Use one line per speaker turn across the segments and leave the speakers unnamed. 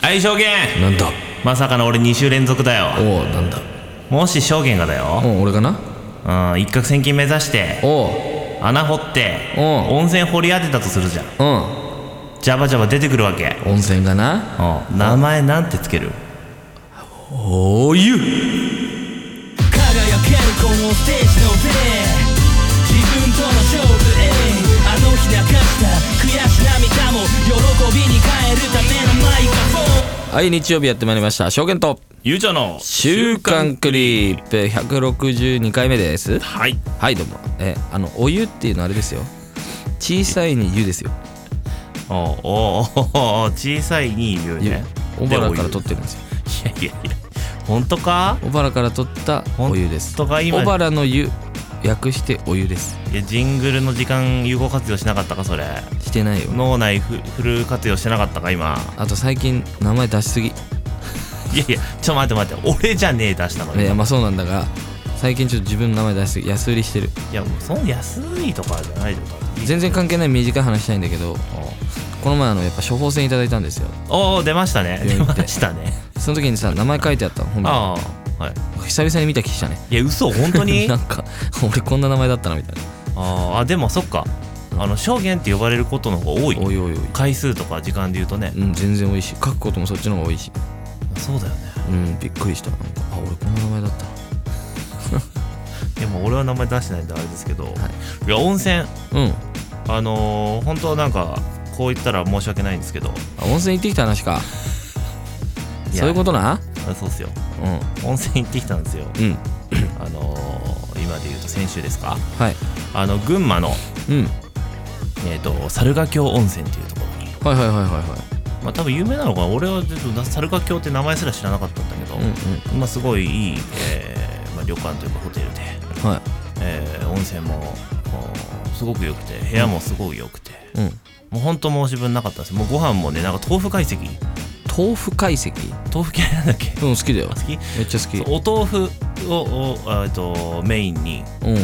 はい証言
なんだ
まさかの俺2週連続だよ
おおなんだ
もし証言がだよ
おう俺かな
うん一攫千金目指して
おう
穴掘って
うん
温泉掘り当てたとするじゃん
うん
ジャバジャバ出てくるわけ
温泉かな
うん名前なんてつける
お湯
輝けるこのステージの上自分との勝負へあの日流した悔し涙も喜びに変えるためのマイクロフォン
はい日曜日やってまいりました証言と
ゆうちゃんの
週刊クリップ162回目です
はい
はいどうもえあのお湯っていうのあれですよ小さいに湯ですよ
おおおおお小さいに言う
湯
ね
小原から
っ
取ってるんですよ
いやいやいや本当か
小原から取ったお湯です
ほんとか今
小原の湯略してお湯です
いやジングルの時間有効活用しなかったかそれ
してないよ
脳内フフル活用してなかったか今
あと最近名前出しすぎ
いやいやちょ待って待って俺じゃねえ出したの
い
い
やまあそうなんだが最近ちょっと自分の名前出しすぎ安売りしてる
やもうその安いとかじゃないじゃん
全然関係ない短い話したいんだけどこの前あのやっぱ処方箋いただいたんですよ
おお出ましたね
病
出
院行
ま
って
したね
その時にさ名前書いてあったの本名
ああはい
久々に見た気したね
いや 嘘本当に
なんか俺こんな名前だったなみたいな
あーあでもそっかあの証言って呼ばれることの方が多い
おいおいおい
回数とか時間で言うとね
うん全然多いし書くこともそっちの方が多いし
そうだよね
うんびっくりしたなんかあ俺こんな名前だった
でも俺は名前出してないんであれですけど、い、や温泉
なうん
あのー、本当なんかこう言ったら申し訳ないんですけど
あ温泉行ってきた話か
いや
そういうことな
あそうっすよ
う
温泉行ってきたんですよ
んうん
あのー、今で言うと先週ですか
はい
あの群馬の、
うん
えー、と猿ヶ京温泉っていうところに
はいはいはいはいはい
まあ多分有名なのかな俺はちょっと猿ヶ京って名前すら知らなかったんだけど、
うんうん
まあすごいいい、えーまあ、旅館というかホテルで、
は
えー温泉もこうすごく良くて部屋もすごく良くて、
いうん
もう本当申し分なかったんですもうご飯もねなんか豆腐解析
豆腐解析
豆腐系なんだっけ
うん好きだよ
好き
めっちゃ好き
そうお豆腐をおあえっとメインに
うん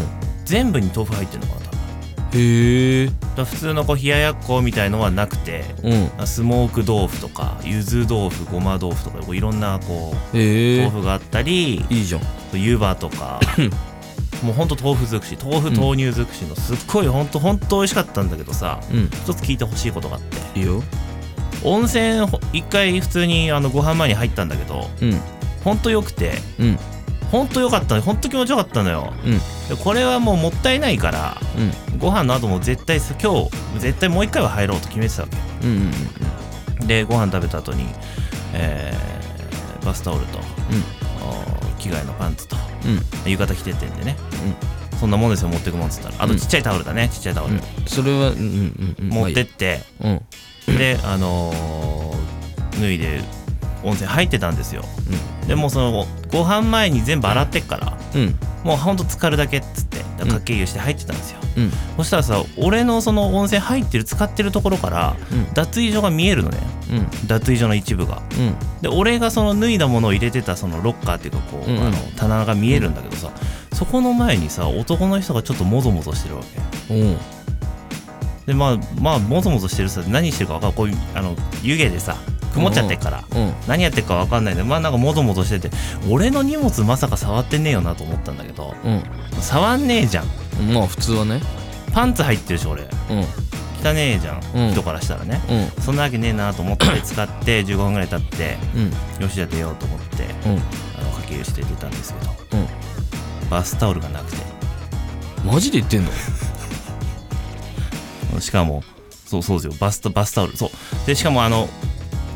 全部に豆腐入ってるのかな多分
へえ
だから普通のこう冷ややっこみたいのはなくて
うん
スモーク豆腐とかゆず豆腐ごま豆腐とかこういろんなこう
へえ
豆腐があったり
いいじゃん
湯葉とかもうほんと豆腐尽くし豆腐豆乳尽くしのすっごいほんとほんと美味しかったんだけどさ
うん
一つ聞いてほしいことがあって
いいよ
温泉ほ一回普通にあのご飯前に入ったんだけど
うん
ほんと良くて
うん
ほんと良かったのほんと気持ちよかったのよ
うん
でこれはもうもったいないから
うん
ご飯の後も絶対今日絶対もう一回は入ろうと決めてたわけ
うんうんうん
でご飯食べた後に、えーバスタオルとお着替えのパンツと
うん
浴衣着てってんでね、そんなもんですよ持ってくもんっつったらあとちっちゃいタオルだね、ちっちゃいタオル、
うんそれはうんうんうん
持ってっ、
ってうんうん
であのー脱いで温泉入ってたんですよでもうそのご飯前に全部洗ってっから
うん
もうほんと浸かるだけっつってだからかっけ湯して入ってたんですよ、
うん
そしたらさ俺のその温泉入ってる使ってるところから
うん
脱衣所が見えるのね
うん
脱衣所の一部が
うん
で俺がその脱いだものを入れてたそのロッカーっていうかこう、
うんうん
あの棚が見えるんだけどさ、そこの前にさ男の人がちょっともぞもぞしてるわけ
うん
でまあまあもぞもぞしてるさ何してるか分かんこういうあの湯気でさ曇っちゃってっから、
うん
何やってるか分かんないんでまあなんかもぞもぞしてて俺の荷物まさか触ってねえよなと思ったんだけど
う
触んねえじゃん
んまあ普通はね
パンツ入ってるし俺
うん
汚ねえじゃん、
うん
人からしたらね
うん
そんなわけねえなと思って使って15分ぐらい経って
うん
よしじゃあ出ようと思って
うん
あのかけ湯して出たんですけど
うん
バスタオルがなくて
マジで言ってんの
しかもそうそうですよバスタバスタオルそうでしかもあの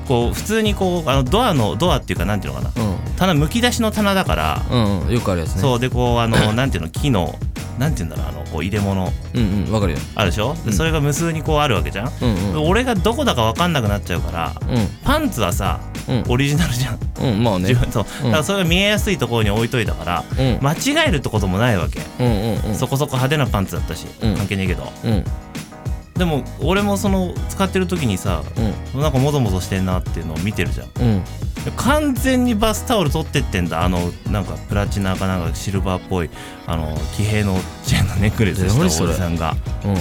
こう普通にこうあのドアのドアっていうかなんていうのかな棚むき出しの棚だから、
うんうんよくあるやつね
そうでこうあの なんていうの木のなんていうんだろうあのこう入れ物
うんうんわかるよ
あるでしょ、で
うん
それが無数にこうあるわけじゃん、
うんうん
で俺がどこだか分かんなくなっちゃうから
う
パンツはさ
ん
オリジナルじゃん、
うんうんまあね
自分そう
う
だ
ん
からそれが見えやすいところに置いといたから、
うん
間違えるってこともないわけ、
うんうんうん
そこそこ派手なパンツだったし、
うん
関係ねえけど
うんうん
でも俺もその使ってる時にさなんかもぞもぞしてんなっていうのを見てるじゃん
うん
完全にバスタオル取ってってんだあのなんかプラチナかなんかシルバーっぽいあの騎兵のチェーンのネックレス
何
した
そ
お
れ
じさんが
うん
い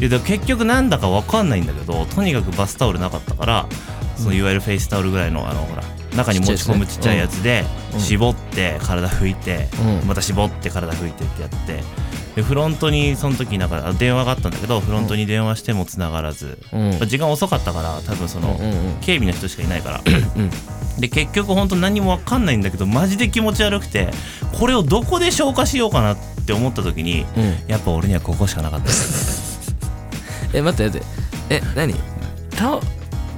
やだから結局なんだかわかんないんだけどとにかくバスタオルなかったからそのいわゆるフェイスタオルぐらいのあのほら中に持ち込むち
ち
っち
っち
ゃ
ゃ
い
い
や
や
つで
うん
絞って体拭いて、
うん
また絞って体拭いてってやってでフロントにその時なんかあ電話があったんだけどフロントに電話しても繋がらず、
うん
まあ時間遅かったから多分その、
うんうん
警備の人しかいないから
うん
で結局本当何も分かんないんだけどマジで気持ち悪くてこれをどこで消化しようかなって思った時に、
うん
やっぱ俺にはここしかなか ったです
え待って待ってえ何タオ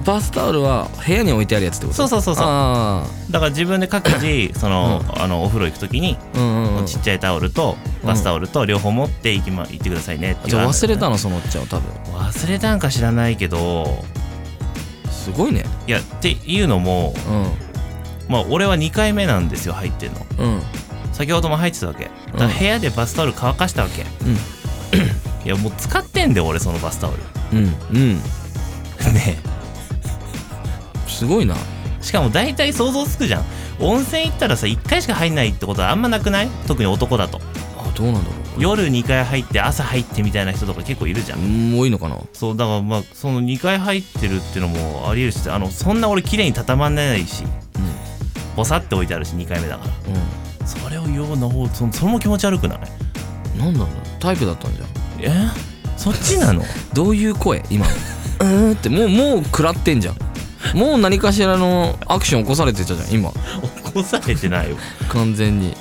バスタオルは部屋に置いてあるやつってこと
そうそうそうそう
あ
だから自分で各自その、あのお風呂行く時に、
あうんうんうん
ちっちゃいタオルとバスタオルと両方持って行き、ま、行ってくださいねっていう
じゃあ忘れた
の
のそのおっちゃんは多分
忘れたんか知らないけど
すごいね
いやっていうのも
う
まあ俺は2回目なんですよ入ってんの
んうん
先ほども入ってたわけだから部屋でバスタオル乾かしたわけ、いやもう使ってんだよ俺そのバスタオル
うんうん
ね
すごいな
しかも大体想像つくじゃん温泉行ったらさ1回しか入んないってことはあんまなくない特に男だと
あどうなんだろう
夜2回入って朝入ってみたいな人とか結構いるじゃん
うん多いのかな
そうだからまあその2回入ってるっていうのもありえるしあのそんな俺綺麗に畳まんないし
う
ボサって置いてあるし2回目だから
んうん
それを言おうな方そそれも気持ち悪くない
なんなんだろうタイプだったんじゃん
えそっちな の
どういう声 今のうーんってもうもう食らってんじゃんもう何かしらのアクション起こされてたじゃん今
起こされてないよ
完全に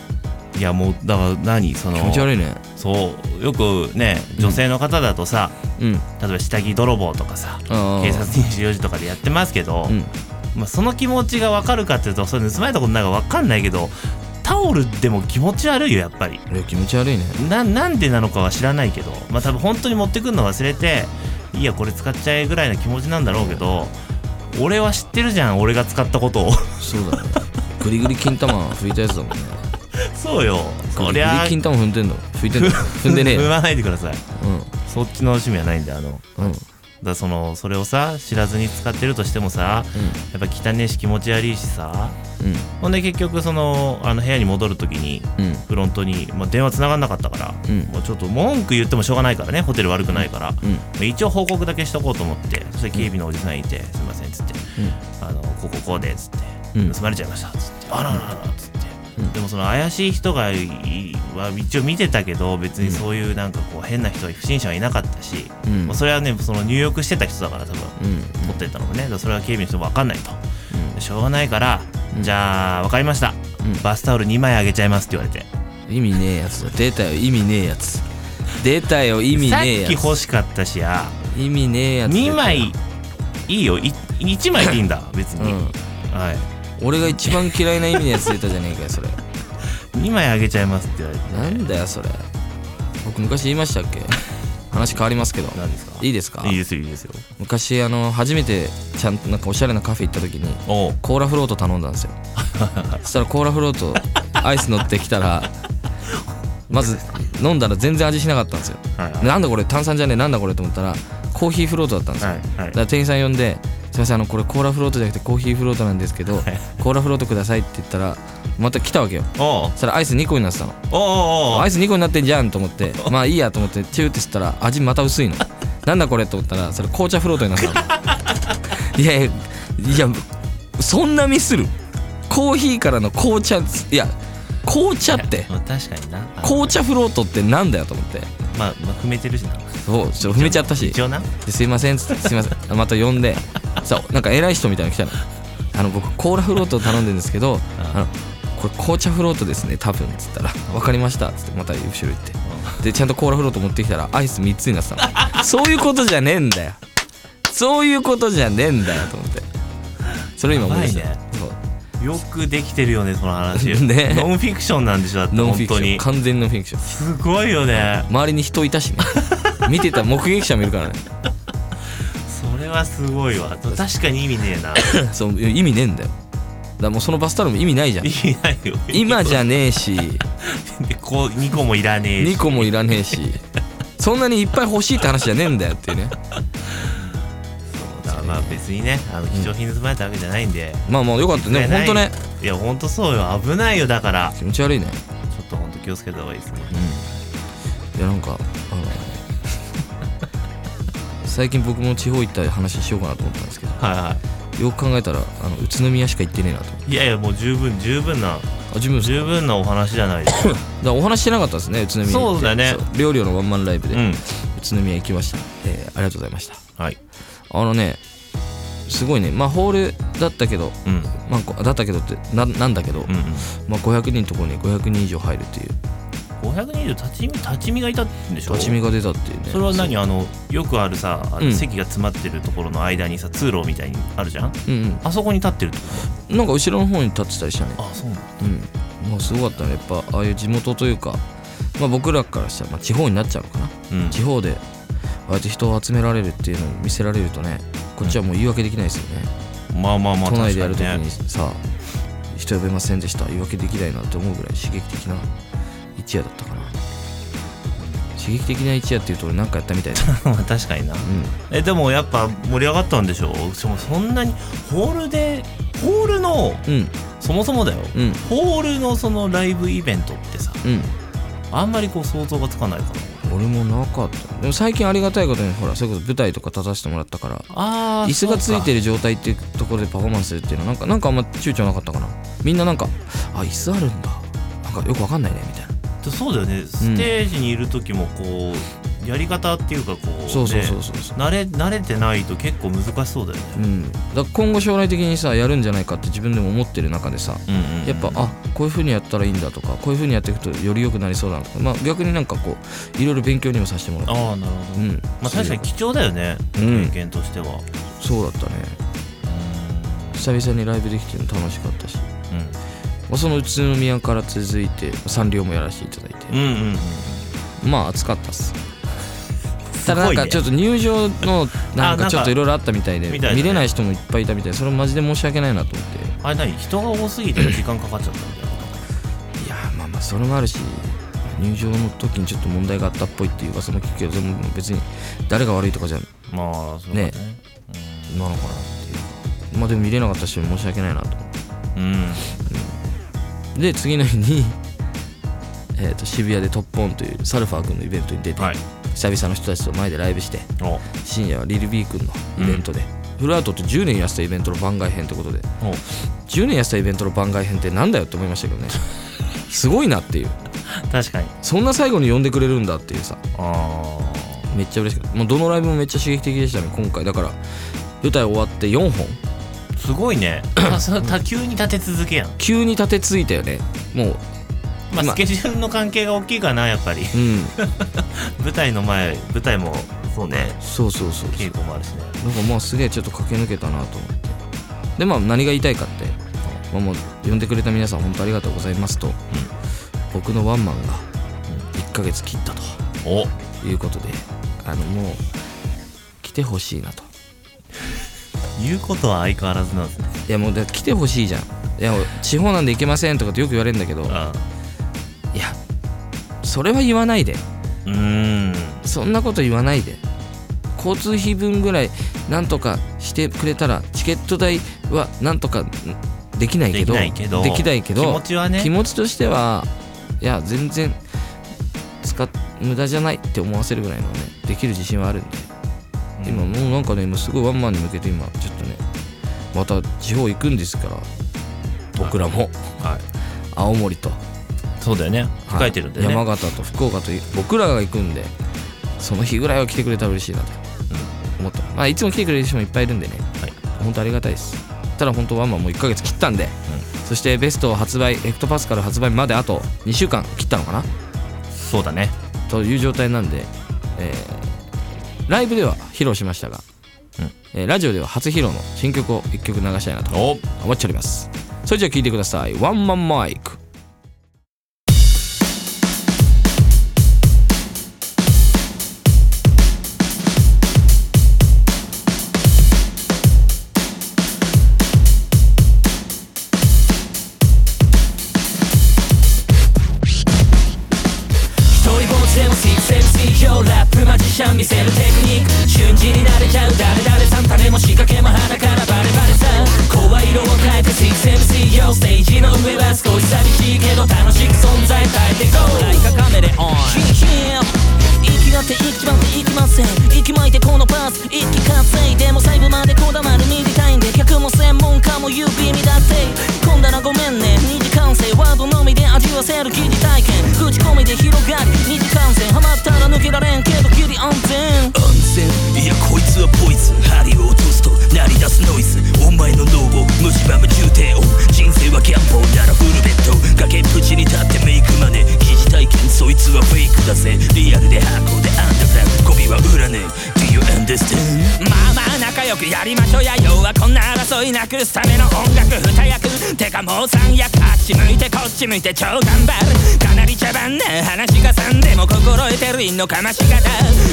いやもうだから何その
気持ち悪いね
そうよくね女性の方だとさ、
うん
例えば下着泥棒とかさ
あー
警察24時とかでやってますけど、
うん
まあ、その気持ちが分かるかっていうとそれ盗まれたことないから分かんないけどタオルでも気持ち悪いよやっぱり
いや気持ち悪いね
ななんでなのかは知らないけどまあ多分本当に持ってくるの忘れていいやこれ使っちゃえぐらいの気持ちなんだろうけど俺は知ってるじゃん俺が使ったことを
そうだねグリグリ金玉拭いたやつだもんね
そうよ
グ
そ
リグ
り
リ
ゃ
金玉踏んでんの拭いてんの踏んでね え
踏
よ
まないでください
うん
そっちの趣味はないんであの
うん
だからそのそれをさ知らずに使ってるとしてもさやっぱ汚ねえし気持ち悪いしさ
うん
ほんで結局そのあの部屋に戻る時に
うん
フロントに、まあ、電話つながんなかったから、
うん
もうちょっと文句言ってもしょうがないからねホテル悪くないから、
うん
まあ一応報告だけしとこうと思ってそして警備のおじさんいて「すいません」っつって「あのこうこうこうで」っつって「
うん
盗まれちゃいました」っつって「あらららら」っつって。
うん
でもその怪しい人がいは一応見てたけど別にそういうなんかこう変な人不審者はいなかったし、
うん
まあそれはねその入浴してた人だから多分
うんうん
持ってったのもねだからそれは警備の人も分かんないとでしょうがないから、じゃあ分かりました、
うん
バスタオル2枚あげちゃいますって言われて
意味ねえやつだ出たよ意味ねえやつ出たよ意味ねえや
さっき欲
つ
しかったしや
意味ねえやつ出たよ
2枚いいよい1枚でいいんだ別に、はい
俺が一番嫌いな意味のやつ出たじゃねえかよそれ
2枚あげちゃいますって言われて
なんだよそれ僕昔言いましたっけ話変わりますけど
何ですか
いいですか
いいですよいいですよ
昔あの初めてちゃんとなんかおしゃれなカフェ行った時に
おう
コーラフロート頼んだんで すよそしたらコーラフロートアイス乗ってきたらまず飲んだら全然味しなかったんですよ
はいはい
なんだこれ炭酸じゃねえなんだこれと思ったらコーヒーフロートだったんですよ、
はいはい
だから店員さん呼んで「すいませんあのこれコーラフロートじゃなくてコーヒーフロートなんですけど、
い
コーラフロートください」って言ったらまた来たわけよ
おう
そしたらアイス2個になってたの
おうおうお
ア
う
イス2個になってんじゃんと思ってまあいいやと思ってチューってしたら味また薄いの なんだこれと思ったらそれ紅茶フロートになったの いやいやいやそんなミスるコーヒーからの紅茶いや紅茶って
まあ確かにな
紅茶フロートってなんだよと思って
まあ、まあ、踏めてるしな
そうちょっと踏めちゃったし
一応な
ですいませんっつってすいませんまた 呼んでそうなんか偉い人みたいなの来たのあの僕コーラフロート頼んでるんですけどあのこれ紅茶フロートですね多分っつったら「分かりました」っつってまた後ろ行ってでちゃんとコーラフロート持ってきたらアイス3つになってた のそういうことじゃねえんだよそういうことじゃねえんだよと思ってそれ今思い出した
やばいね
そう
よくできてるよねその話
ね
ノンフィクションなんでしょだって
ノンフ
本
ィク
当
ション
に
完全ノンフィクション
すごいよね
周りに人いた しね見てた目撃者もいるからね
それはすごいわ確かに意味 ねえな
そう意味ねえんだよだからもうそのバスタオルも意味ないじゃん
意味ないよ
今じゃねえし
でこう2個もいら ねえし
2個もいらねえしそんなにいっぱい欲しいって話じゃねえんだよっていうね
だからまあ別にねあの貴重品盗まれたわけじゃないんで、
まあもうよかったね
ね
ほんと
な
ね
いいやほんとそうよ危ないよだからち
気持ち悪いね
ょっとほんと気をつけた方がいいですね
いやなん かあの最近僕も地方行った話しようかなと思ったんですけど
はいは
よく考えたらあの宇都宮しか行ってねえなと
いやいやもう十分十分な
あ自分です
十分なお話じゃないですか
だからお話してなかったですね宇都宮行って
そうだね
そう料理のワンマンライブで、
うん
宇都宮行きました、えーありがとうございました
はい
あのねすごいねまあホールだったけど、
うん
まあこ、だったけどってななんだけど、
うんうん
まあ、500人のところに500人以上入るっていう
500人以上立ち見立ち見がいたんでしょ
立ち見が出たっていうね
それは何あのよくあるさあの
うん
席が詰まってるところの間にさ通路みたいにあるじゃん
うん
あそこに立ってるってこ
うんなんか後ろの方に立ってたりしたね
とあそうなんだ
うんまあすごかったねやっぱああいう地元というかまあ僕らからしたら、まあ、地方になっちゃうのかな
うん
地方でああやって人を集められるっていうのを見せられるとねこっちはもう言い訳できないですよね、
まあまあまあ
都内でやる
確
とき
かにね
にさ人呼べませんでした言い訳できないなって思うぐらい刺激的な一夜だったかな刺激的な一夜っていうと俺なんかやった みたいだ
まあ確かにな
う
えでもやっぱ盛り上がったんでしょうそそんなにホールでホールの
んうん
そもそもだよ、
うん
ホールのそのライブイベントってさ
うん
あんまりこう想像がつかないかな
俺もなかったでも最近ありがたいことにほらそれこそ舞台とか立たせてもらったから
あ
椅子がついて
る
る状態っていうところでパフォーマンスするっていうのはなんかなんかあんま躊躇なかったかなみんななんかあ椅子あるんだなんかよくわかんないねみたいな
そうだよねステージにいる時もこうやり方っていうかこう、ね、
そうそうそうそうそう
慣れ慣れてないと結構難しそうだよ
う
ね、
んだから今後将来的にさやるんじゃないかって自分でも思ってる中でさ
うんうんうん
やっぱあこういう風にやったらいいんだとかこういう風にやっていくとより良くなりそうだなとかまあ逆になんかこういろいろ勉強にもさせてもらっ
ああなるほ
た
ど、
うん
まあ確かに貴重だよね、
うん
経験としては
そうだったね久々にライブできてるの楽しかったし、まあ、その宇都宮から続いてサンリオもやらせていただいて
うん、うんうんうん
まあ暑かったっすただ
ご
ない
ね
んかちょっと入場のなんかちょっといろいろあったみたいで
みたいだね
見れない人もいっぱいいたみたいでそれマジで申し訳ないなと思って
あれ何人が多すぎて時間かかっちゃったみたいない
やーまあまあそれもあるし入場の時にちょっと問題があったっぽいっていう噂も聞くけどでも別に誰が悪いとかじゃ
まあそうだね
ねなのかなっていうまあでも見れなかった人に申し訳ないなと思っ
うん、うん
てで次の日に、 えー、と渋谷でトッポンというサルファー君のイベントに出て、
はい
久々の人たちと前でライブして
お
深夜はリルビー君のイベントで、フルアートって10年やってたイベントの番外編ってことで
お
10年やってたイベントの番外編ってなんだよって思いましたけどねすごいなっていう
確かに
そんな最後に呼んでくれるんだっていうさ
あ
めっちゃ嬉しかったもうどのライブもめっちゃ刺激的でしたね今回だから舞台終わって4本
ーすごいねあその多急に立て続けやん、
急に立てついたよねもう
まあ、
まあ
スケジュールの関係が大きいかなやっぱり
うん
舞台の前舞台もそうね
そうそうそう
稽古もあるしね
なんかまあすげえちょっと駆け抜けたなと思ってでまあ何が言いたいかって、まあ、もう呼んでくれた皆さん本当ありがとうございますと、僕のワンマンが1ヶ月切ったと
お
いうことであのもう来てほしいなと
言うことは相変わらずなんですね
いやもうだ来てほしいじゃんいや地方なんで行けませんとかってよく言われるんだけどい
あ
やそれは言わないで
うーん
そんなこと言わないで交通費分ぐらいなんとかしてくれたらチケット代はなんとかんできないけど
できないけど
できないけど
気持ちはね
気持ちとしてはいや全然使っ無駄じゃないって思わせるぐらいのねできる自信はあるんで、今
うん
もうなんかね今すごいワンマンに向けて今ちょっとねまた地方行くんですから僕らも
はい
青森と
そうだよね
はい
控えてるんだよね、
山形と福岡とい僕らが行くんでその日ぐらいは来てくれたら嬉しいなと思った、まあいつも来てくれる人もいっぱいいるんでね、
はい
本当ありがたいですただ本当ワンマンもう1ヶ月切ったんで、そしてベスト発売ヘクトパスカル発売まであと2週間切ったのかな
そうだね
という状態なんで、えーライブでは披露しましたが、
うん
えーラジオでは初披露の新曲を1曲流したいなと
お
思っておりますそれじゃあ聴いてくださいワンマンマイク
一人ぼっちでも 6MC 上ラップマジシャン見せるテクニック瞬時に慣れちゃう誰々さん種も仕掛けも鼻からバレバレさ声色を変えて 6MC 上ステージの上は少し寂しい指だって今だらごめんね二次完成ワードのみで味わせる疑似体験口コミで広がり二次完成ハマったら抜けられんけどギリ安全
安全いやこいつはポイズン針を落とすと鳴り出すノイズお前の脳を蝕む重低音人生はギャンボーならフルベッド崖っぷちに立ってメイクマネ疑似体験そいつはフェイクだぜリアルでハードでアンダーグラウンドゴミは裏ね Do you understand?
まあまあ仲良くやりましょうや要はこんな争いなくすための音楽二役てかもう三役あっち向いてこっち向いて超頑張るかなり茶番な話がさんでも心得てる陰のかまし方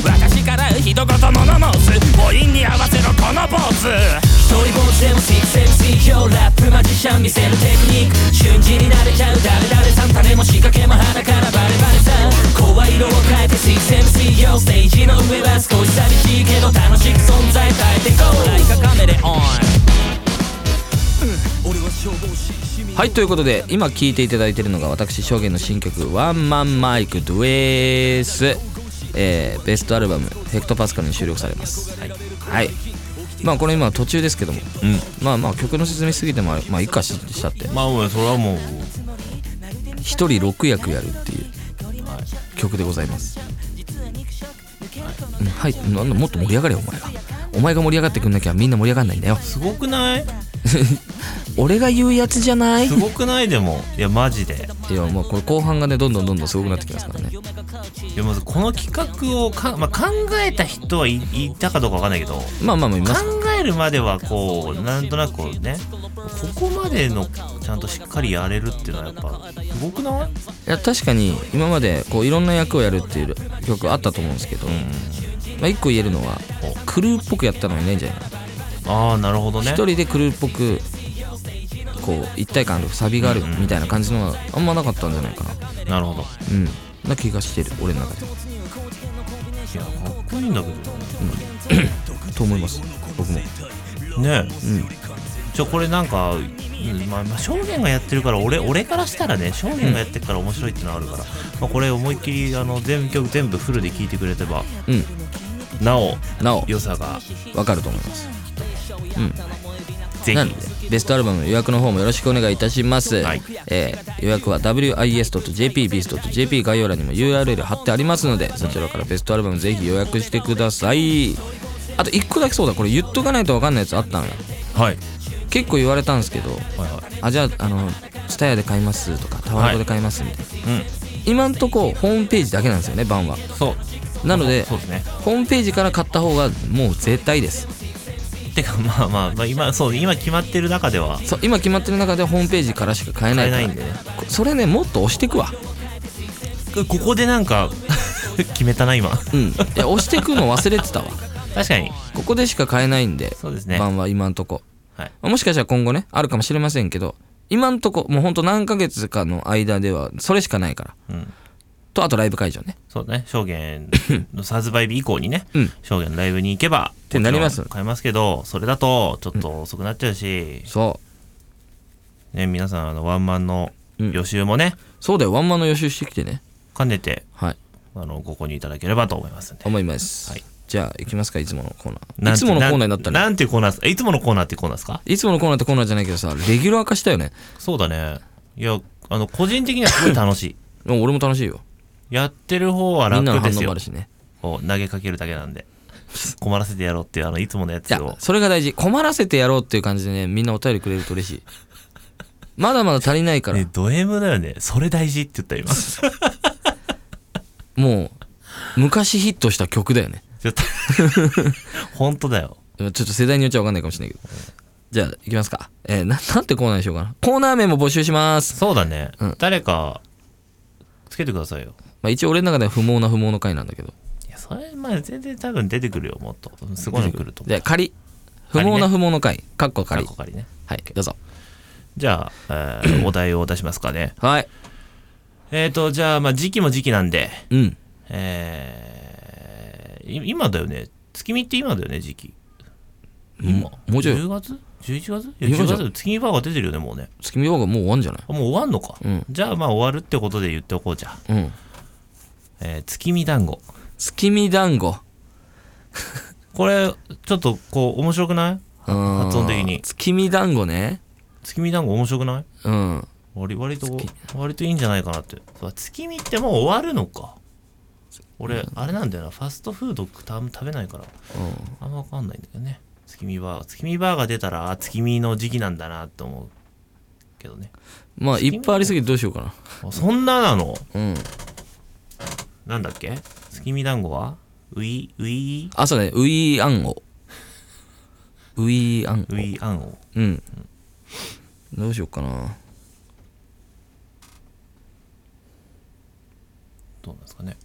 私から一言物申す母音に合わせろこのポーズ一人ぼっちでも 6MC 上ラップマジシャン見せるテクニック瞬時に慣れちゃう誰々さん種も仕掛けも鼻からバレバレさ怖い色を変えて 6MC よステージの上は少し寂しいけど楽しく存在変えてこうライカカメレオン
俺は消防士市民
はいということで今聴いていただいているのが私証言の新曲「ワンマンマイクドゥエース」えーベストアルバム「ヘクトパスカル」に収録されますはい、はいまあこれ今途中ですけども、
うん
まあまあ曲の説明しすぎてもあれまあいいかししたって
まあもうそれはもう
一人6役やるっていう曲でございますうんはい、なんだもっと盛り上がれよお前がお前が盛り上がってくんなきゃみんな盛り上がんないんだよ
すごくない
俺が言うやつじゃない
すごくないでもいやマジで
いやもうこれ後半がねどんどんどんどんすごくなってきますからね
いやまずこの企画をか、まあ、考えた人はい、いたかどうかわかんないけど考
まあまあまあいます
えるまではこうなんとなくこうねここまでのちゃんとしっかりやれるっていうのはやっぱすごくない
いや確かに今までこういろんな役をやるっていう曲あったと思うんですけど、まあ、一個言えるのはクルーっぽくやったのはいないんじゃないかな
ああなるほどね
一人でクルーっぽくこう一体感あるサビがあるみたいな感じのがあんまなかったんじゃないかな
なるほど
うんな気がしてる俺の中で
いやかっこいいんだけ
と思います僕も
どねえ、じゃあこれなんか、うんまあ、まあ証言がやってるから俺俺からしたらね証言がやってるから面白いっていうのはあるから、まあ、これ思いっきりあの全曲全部フルで聴いてくれてば
うん
なお
なお
良さが
わかると思います
ぜ
な
ひ
のでベストアルバムの予約の方もよろしくお願いいたします、
はい
えー予約は wis.jpbeast.jp 概要欄にも URL 貼ってありますのでそちらからベストアルバムぜひ予約してくださいあと1個だけそうだこれ言っとかないと分かんないやつあったのよ
はい
結構言われたんですけど
はいは
あじゃああのスタヤで買いますとかタワレコで買いますみたいな、
いうん
今んとこホームページだけなんですよね版は
そう
なので
そうですね
ホームページから買った方がもう絶対です
てかまあまあ、まあ、今そう今決まってる中では
そう今決まってる中でホームページからしか買えないか
買
ら
えないんでね
こそれねもっと押してくわ
ここでなんか 決めたな今
うんいや押してくの忘れてたわ
確かに
ここでしか買えないんで
そうですね
版は今んとこ
はい
もしかしたら今後ねあるかもしれませんけど今んとこもうほんと何ヶ月かの間ではそれしかないから
うん
とあとライブ会場ね
そうね証言の殺売日以降にね、
うん
証言のライブに行けばって
なります
買えますけどそれだとちょっと遅くなっちゃうし、
そ
ね、皆さんあのワンマンの予習もね、
うそうだよワンマンの予習してきてね
兼ねて
はい
あのご購入いただければと思いますんで
思います、
はい
じゃあ行きますかいつものコーナ
な
ー
ん
い
て
つものコーナーになった
な
ね
んていうコーナーですえいつものコーナーっていうコーナーですか
いつものコーナーってコーナーじゃないけどさレギュラー化したよね
そうだねいやあの個人的にはすごい楽しい
もう俺も楽しいよ
やってる方は
み
楽
んな
で
の反応
す
も
よ
あるしね
こう投げかけるだけなんで困らせてやろうっていうあのいつものや
い
つ
や
を
それが大事困らせてやろうっていう感じでねみんなお便りくれると嬉しいまだまだ足りないから、
ねド M だよねそれ大事って言った今 ち
もう昔ヒットした曲だよね
ょっと 本当だよ
ちょっと世代によっちゃ分かんないかもしれないけどじゃあ行きますかえー、ななんてコーナーにしようかなコーナー名も募集します、
そうだね、
うん
誰かつけてくださいよ
まあ、一応俺の中では不毛な不毛の回なんだけど
いやそれまあ全然多分出てくるよもっとすごいの来ると
じ
思
ゃあ
う
仮不毛な不毛の回かっこ仮
過去仮ね
はいどうぞ
じゃあ、え ーお題を出しますかね
はい
えっ、ー、とじゃあまあ時期も時期なんで
うん
えー、い今だよね月見って今だよね時期
ん
今
もうちょい
?10 月 ?11 月いや
今
?10
じゃん
月月見バーガー出てるよねもうね
月見バーガーもう終わんじゃない
あもう終わんのか、
うん
じゃあまあ終わるってことで言っておこうじゃあ、
うん
えー月見団子
月見団子
これちょっとこう面白くない
発
発音的に
月見団子ね
月見団子面白くない
うん
割割と割といいんじゃないかなってそう月見ってもう終わるのか俺、あれなんだよなファストフード食た食べないからあんま分かんないんだけどね月見バーガー月見バーガー出たらあ月見の時期なんだなと思うけどね
まあいっぱいありすぎてどうしようかな
あそんななの
うん
なんだっけ月見団子はウイウイ
あそうだねウイアンゴウイアンゴ
ウイあんを
うんどうしようかな
どうなんですかね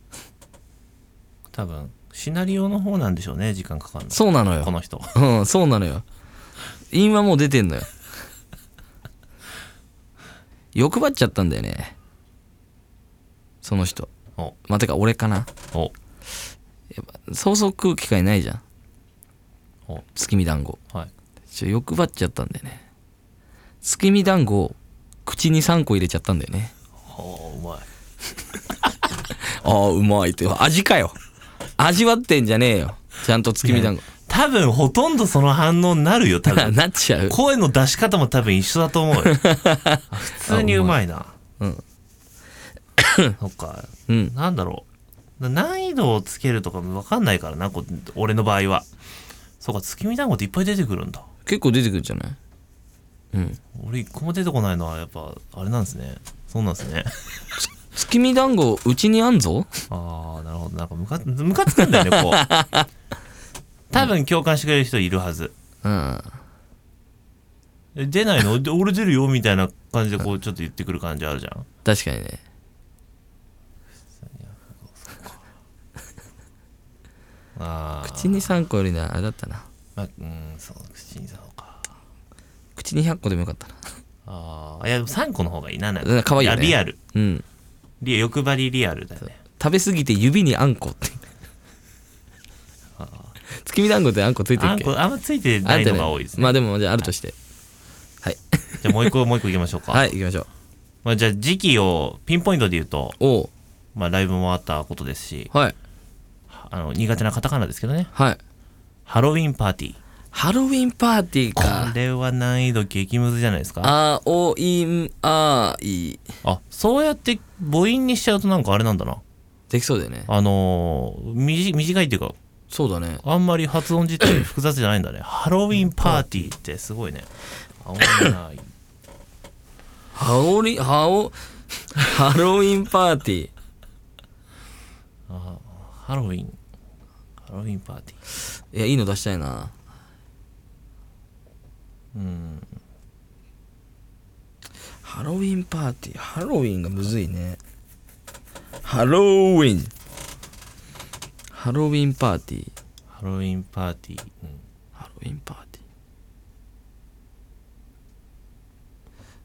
多分シナリオの方なんでしょうね時間かかるの
そうなの
こ
よ
の人
うんそうなのよ韻はもう出てんのよ欲張っちゃったんだよねその人
お
まあてか俺かな
お
そうそう食う機会ないじゃん
お
月見団子
はい
ちょ欲張っちゃったんだよね月見団子を口に3個入れちゃったんだよね
おうまい
ああうまいって味かよ味わってんじゃねえよちゃんと月見団 子
多分ほとんどその反応になるよ多分
なっちゃう
声の出し方も多分一緒だと 思うよあ普通にうまいな
うん
そっか
うん
なんだろうな難易度をつけるとか分かんないからなこ俺の場合はそうか月見団子っていっぱい出てくるんだ
結構出てくるんじゃないうん
俺一個も出てこないのはやっぱあれなんですねそうなん ですね
月見団子うちにあんぞ
ああなるほどなんかムカムカつくんだよ ねこう多分共感してくれる人いるはず
うん
え出ないの で俺出るよみたいな感じでこうちょっと言ってくる感じあるじゃん
確かにね
ああ
口に3個よりなあれだったな
まあ、うんそう口にさそうか
口に100個でもよかったな
ああいやでも3個の方がいいななん
うん可愛いよ
や
ね
リアル
うん
リ欲張りリアルだよね
食べ過ぎて指にあんこって月見団子ってあんこついてる
あ
っ
ん
け
こあんまついて
あ
な
る
い
じゃ
の
な
が多いですね
まあでもじゃああるとして
じゃあもう一個もう一個いきましょうか、
はい行きましょう
まあ、じゃあ時期をピンポイントで言うと、
おう
まあ、ライブもあったことですし
はい
あの苦手なカタカナですけどね
はい
ハロウィンパーティー
ハロウィンパーティー
こ
か
れは難易度激ムズじゃないですかあ
あおいんあい
そうやって母音にしちゃうとなんかあれなんだな
できそうだよね
あのー、みじ短いっていうか
そうだね
あんまり発音自体複雑じゃないんだねハロウィンパーティーってすごいねあおもろいな
ハオリハオハロウィンパーティー
ハロウィンハロウィンパーティー
いやいいの出したいな
うん
ハロウィンパーティーハロウィンがむずいねハロウィンハロウィンパーティー
ハロウィンパーティー、うん
ハロウィンパーティ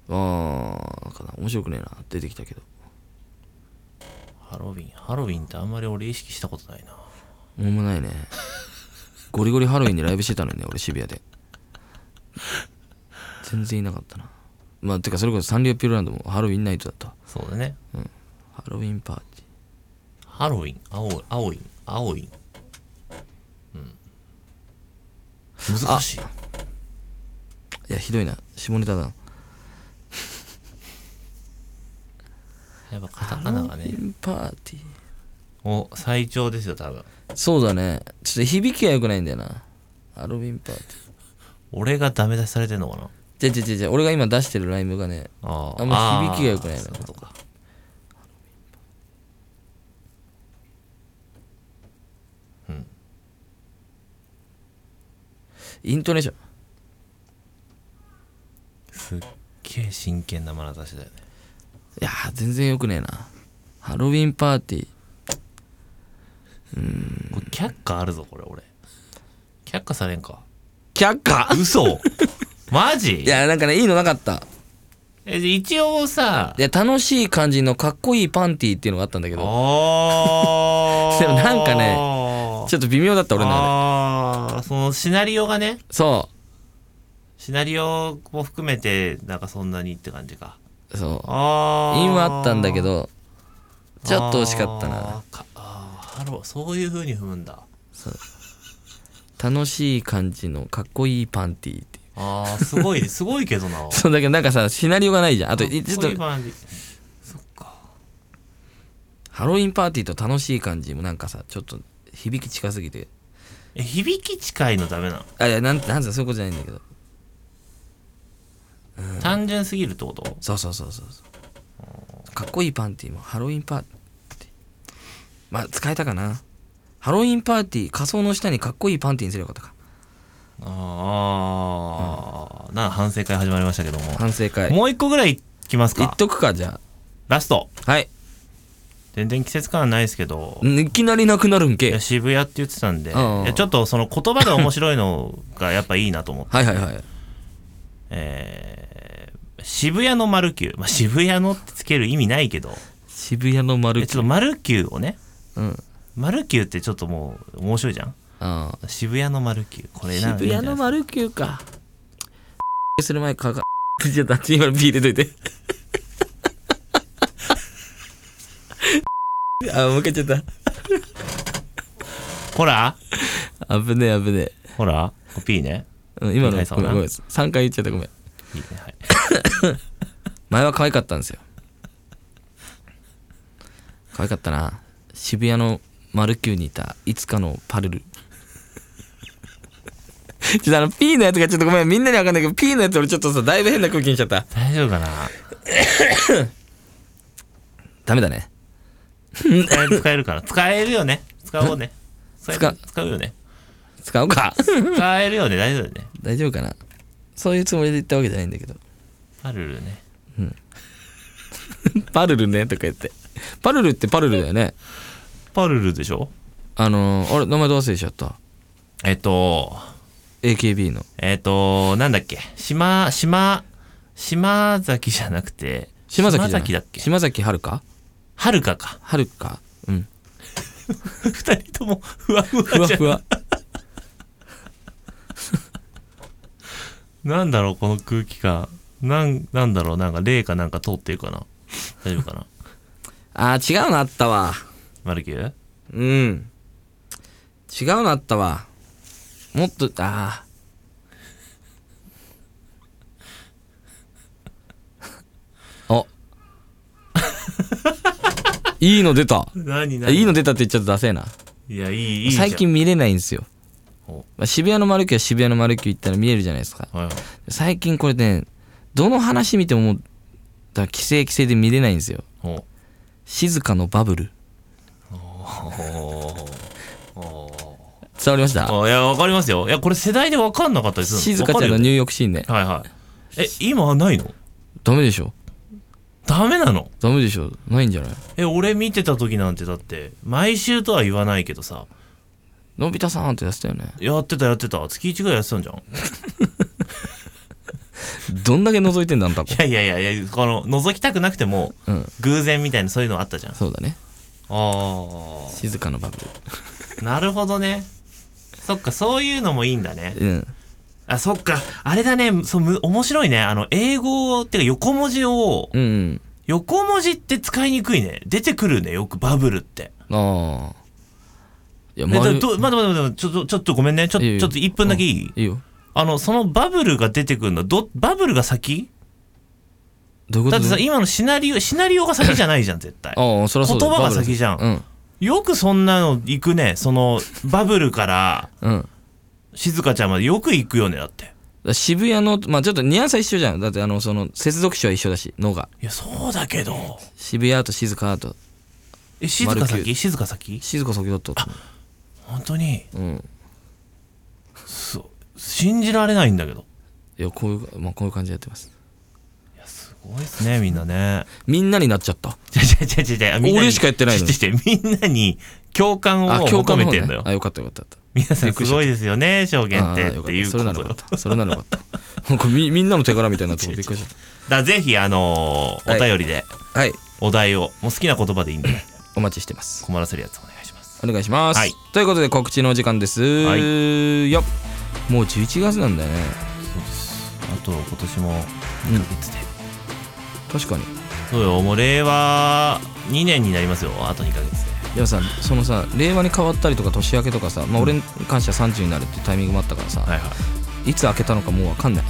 ーあーなんかな面白くねえな出てきたけど
ハロウィンハロウィンってあんまり俺意識したことないな
もんもないねゴリゴリハロウィンでライブしてたのにね俺渋谷で全然いなかったなまあてかそれこそサンリオピューロランドもハロウィンナイトだった
そうだね
ハロウィンパーティー
ハロウィン青い青い青いうん難しい
いやひどいな下ネタだな
やっぱカタカナがね
ンパーティー
お最長ですよ多分
そうだねちょっと響きが良くないんだよなハロウィンパーテ
俺がダメ出しされてんのかな
ィーじゃじゃじゃ俺が今出してるライムがね
あー
あんま響きが良くないな
あーそういうことか
イントネーション
すっげえ真剣な眼差しだよね
いやー全然良くねえなハロウィンパーティー
これ却下あるぞこれ俺却下されんか
却下
嘘マジ
いやなんかねいいのなかった
え一応さ
いや楽しい感じのかっこいいパンティーっていうのがあったんだけど
あー
でもなんかねち
ょっ
ょっと微妙だった俺の中で
あーそのシナリオがね
そ
シナリオも含めてなんかそんなにって感じか
うそう
ああ
韻はあったんだけどちょっと惜しかったな
かあーハローそういう風に踏むんだ
楽しい感じのかっこいいパンティーっていう
あ あすごいすごいけどな
そうだけどなんかさシナリオがないじゃんあといちょっ
そういう
と
感じそっか
ハロウィンパーティーと楽しい感じもなんかさちょっと響き近すぎて
え響き近いのダメなの
あいやなんなんつうのそういうことじゃないんだけど
単純すぎるってこと
そうそうそうそうそうかっこいいパンティーもハロウィンパーティーまあ使えたかなハロウィンパーティー仮装の下にかっこいいパンティーにすればよかったか
ああ、なんか反省会始まりましたけども
反省会
もう一個ぐらいいきます
言っ
か
とくかじゃ
ラスト
あはい
全然季節感はないですけど
んいきなりなくなる
い
ん
や
け
渋谷って言ってたんで、い
うんうん
やちょっとその言葉が面白いのがやっぱいいなと思って、
はいはいはい
えー渋谷のマルキュー、まあ、渋谷のってつける意味ないけど、
渋谷の丸
えちょっとマルキューをね、
うん
マルキューってちょっともう面白いじゃん。
ああ
渋谷のマルキュー、これなんかいい
渋
んじゃ
谷
ない
の
ですか。
丸球 かする前かかちょっとあっち今の P 入れとい てあもう一回言っちゃっ
ほら、
た危ねえ危ねえ
ほら、コピーね。
うん、今の
言いたい
ごめん
そうな
ごめん3回言っちゃったごめん
いいね、はい。
前は可愛かったんですよ可愛かったな渋谷のマルキューにいたいつかのパルルちょっとあの P のやつがちょっとごめんみんなにわかんないけど P のやつ俺ちょっとさだいぶ変な空気にしちゃった
大丈夫かな
ダメだね
使える使えるから。使えるよね。使おうね。使え
使
る
う
使うよね。
使おう か
使えるよね。大丈夫だよね。
大丈夫かなそういうつもりで言ったわけじゃないんだけど
パルルね。
パルルねとか言ってパルルってパルルだよね
パルルでしょ
あのー、あれ名前どう忘れしちゃった
えっと、
AKB の
えっ、と、なんだっけ、島、島、島崎じゃなくて、
島崎じゃない
だっけ
島崎遥か
はるかか。
遥かうん
二人ともふわふわ
ふわ ふわ
なんだろう、この空気感。なん、なんだろう、なんか霊かなんか通ってるかな。大丈夫か な。
あー違うのあったわ
マルキュー
うん違うのあったわもっとあー あいいの出 た
何
いいの出たって言っちゃうとダセえない
や、いい、いいじゃん。
最近見れないんですよ
お
まあ渋谷の丸木は渋谷の丸木行ったら見えるじゃないですか
はいはい。
最近これねどの話見てももうだから規制規制で見れないんですよ
おう
静かのバブル伝わりました
あいや、わかりますよ。いや、これ世代でわかんなかったでする
静香ちゃんの
わかるよね
入浴シーンね
はいはい。え、今はないの
ダメでしょ
ダメなの
ダメでしょないんじゃない
え俺見てた時なんてだって毎週とは言わないけどさ
のび太さんってやつだよね
やってたやってた月1ぐらいやってたんじゃんい
どんだけ覗いてんだあんたも
やいやいやいやこの覗きたくなくても
うん
偶然みたいなそういうのあったじゃんあ
そうだね
あ
静かのバブ
なるほどねそっかそういうのもいいんだね
ルうん
あそっかあれだねそうむ面白いねあの英語ってか横文字を
うんうん
横文字って使いにくいね出てくるねよくバブルって
ああいや
えだ
丸い
ど待って待って待ってちょっとちょっとごめんねちょ
いいよ
ちょっと1分だけいい、
いいよ
あのそのバブルが出てくるのどバブルが先
どういうこ
だ
と
ってさ今のシナリオシナリオが先じゃないじゃん絶対
ああそりゃそうだよ
言葉が
バブル
先じゃん
うん
よくそんなの行くねそのバブルから
うんだか
静香ちゃんまでよく行くよねだって
ら渋谷のまあちょっとニュアンスは一緒じゃんだってあのその接続詞は一緒だしのが
いやそうだけど
渋谷と静かと
え静香
丸九
先静香先
静か先だったと
本当に
思ううん
そう信じられないんだけど
いやこういうまあこういう感じでやってます
すごいですねみんなね
みんなになっちゃった
じゃじゃじゃじゃじゃみんなに
俺しかやってないのに
ちょちょちょみんなに共感を求め
方
て
ね
んのよ
あよかったよかったよかった
皆さん
びっく
す
りしちゃっ
ご
た
いですよね証言ってっていう
そ
こと
れなら
よ
よかったそれならよかったなんかみみんなの手柄みたいになってもびっくりしちゃっ
だからぜひあのーお
はい
便りで
たはい
お題をもう好きな言葉でいいんでね
お待ちしてます
困らせるやつお願いします
お願いします、
はい
ということで告知のお時間です、
は
よっもう11月なんだよね
あと今年も2ヶ月で、
確かに
そうよもう令和2年になりますよあと2ヶ月で
でもさそのさ令和に変わったりとか年明けとかさ、まあ、俺に関しては30になるっていうタイミングもあったからさ、
はいはい
いつ開けたのかもう分かんない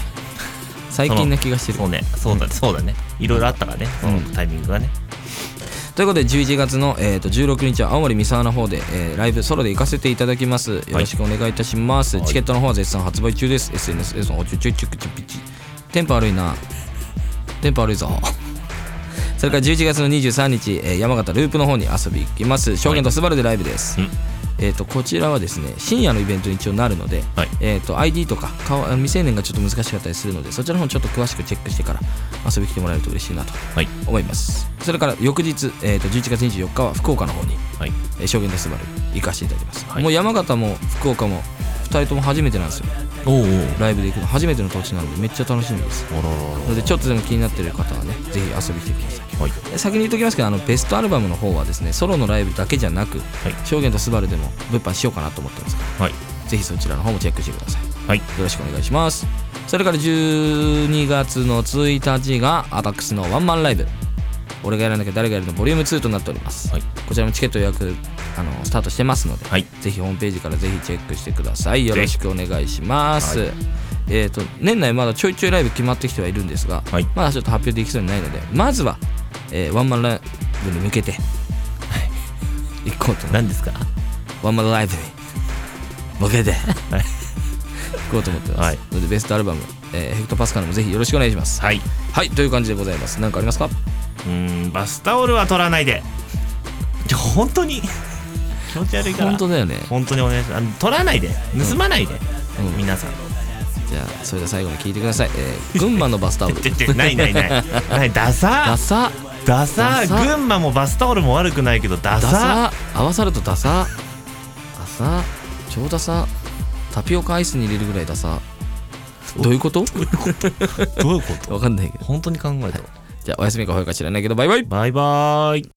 最近な気がしてる
そうねそうだそうだねいろいろあったからねそのタイミングがね、
ということで11月の、えー、と16日は青森三沢の方で、えーライブソロで行かせていただきますよろしくお願いいたします、
はい
チケットの方は絶賛発売中です SNS ですおちょちょちょちょピチテンポ悪いなテンポ悪いぞそれから11月の23日、えー山形ループの方に遊び行きます証言とスバルでライブです、
うん
えー、とこちらはですね深夜のイベントに一応なるので、
はい
えー、と ID とか顔未成年がちょっと難しかったりするのでそちらの方ちょっと詳しくチェックしてから遊びに来てもらえると嬉しいなと
はい
思いますそれから翌日、えー、と11月24日は福岡の方に
はい
「えー、証言とスバル行かせていただきます、
はい
もう山形も福岡も2人とも初めてなんですよ
おうおう
ライブで行くの初めての土地なのでめっちゃ楽しみです
おろろ
なのでちょっとでも気になってる方はねぜひ遊びに来てください
ろはい
え先に言っときますけどあのベストアルバムの方はですねソロのライブだけじゃなく
はい
証言とスバルでも物販しようかなと思ってますから
はい
ぜひそちらの方もチェックしてください
はい
よろしくお願いしますそれから12月の1日がアタックスのワンマンライブ俺がやらなきゃ誰がやるのボリューム2となっております、
はい
こちらもチケット予約あのスタートしてますので、
はい
ぜひホームページからぜひチェックしてくださいよろしくお願いします、えっ、と年内まだちょいちょいライブ決まってきてはいるんですが、
はい
まだちょっと発表できそうにないのでまずは、えーワンマンライブに向けて、 行こうと思います
何ですか
ワンマンライブに向けて、
はい
行こうと思ってます。
はい
のでベストアルバム、えーヘクトパスカルもぜひよろしくお願いします。
はい
はい、という感じでございます。何かありますか
うーんバスタオルは取らないでちょ本当に気持ち悪いから
本当だよね。
本当にお願いしますあの取らないで盗まないで、
うん
皆さん
じゃあ、それでは最後に聞いてください。えー群馬のバス タオル。
ててないないないないダ
ダ
サ
サ、
ダサ
ダサ
群馬もバスタオルも悪くないけどダ
ダ
サ
サ、合わさるとダサ、ダサ、超ダサ、タピオカアイスに入れるぐらいダサ。 どういうこと
どういうこと
わかんないけど。
本当に考えたわ
じゃあ、おやすみかほやか知らないけど、バイバイ
バイバーイ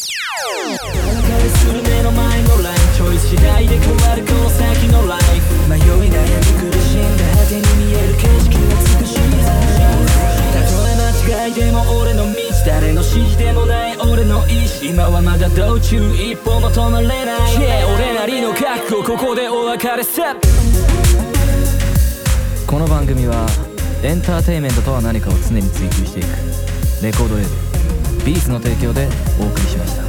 する目の前のラインちょい次第で変わるこの先のライフ迷い悩み苦しんだ果てに見える景色は美しいたとえ間違いでも俺の道誰の指示でもない俺の意志今はまだ道中一歩も止まれない Yeah 俺なりの覚悟ここでお別れセットこの番組はエンターテインメントとは何かを常に追求していくレコードレーベルビーズの提供でお送りしました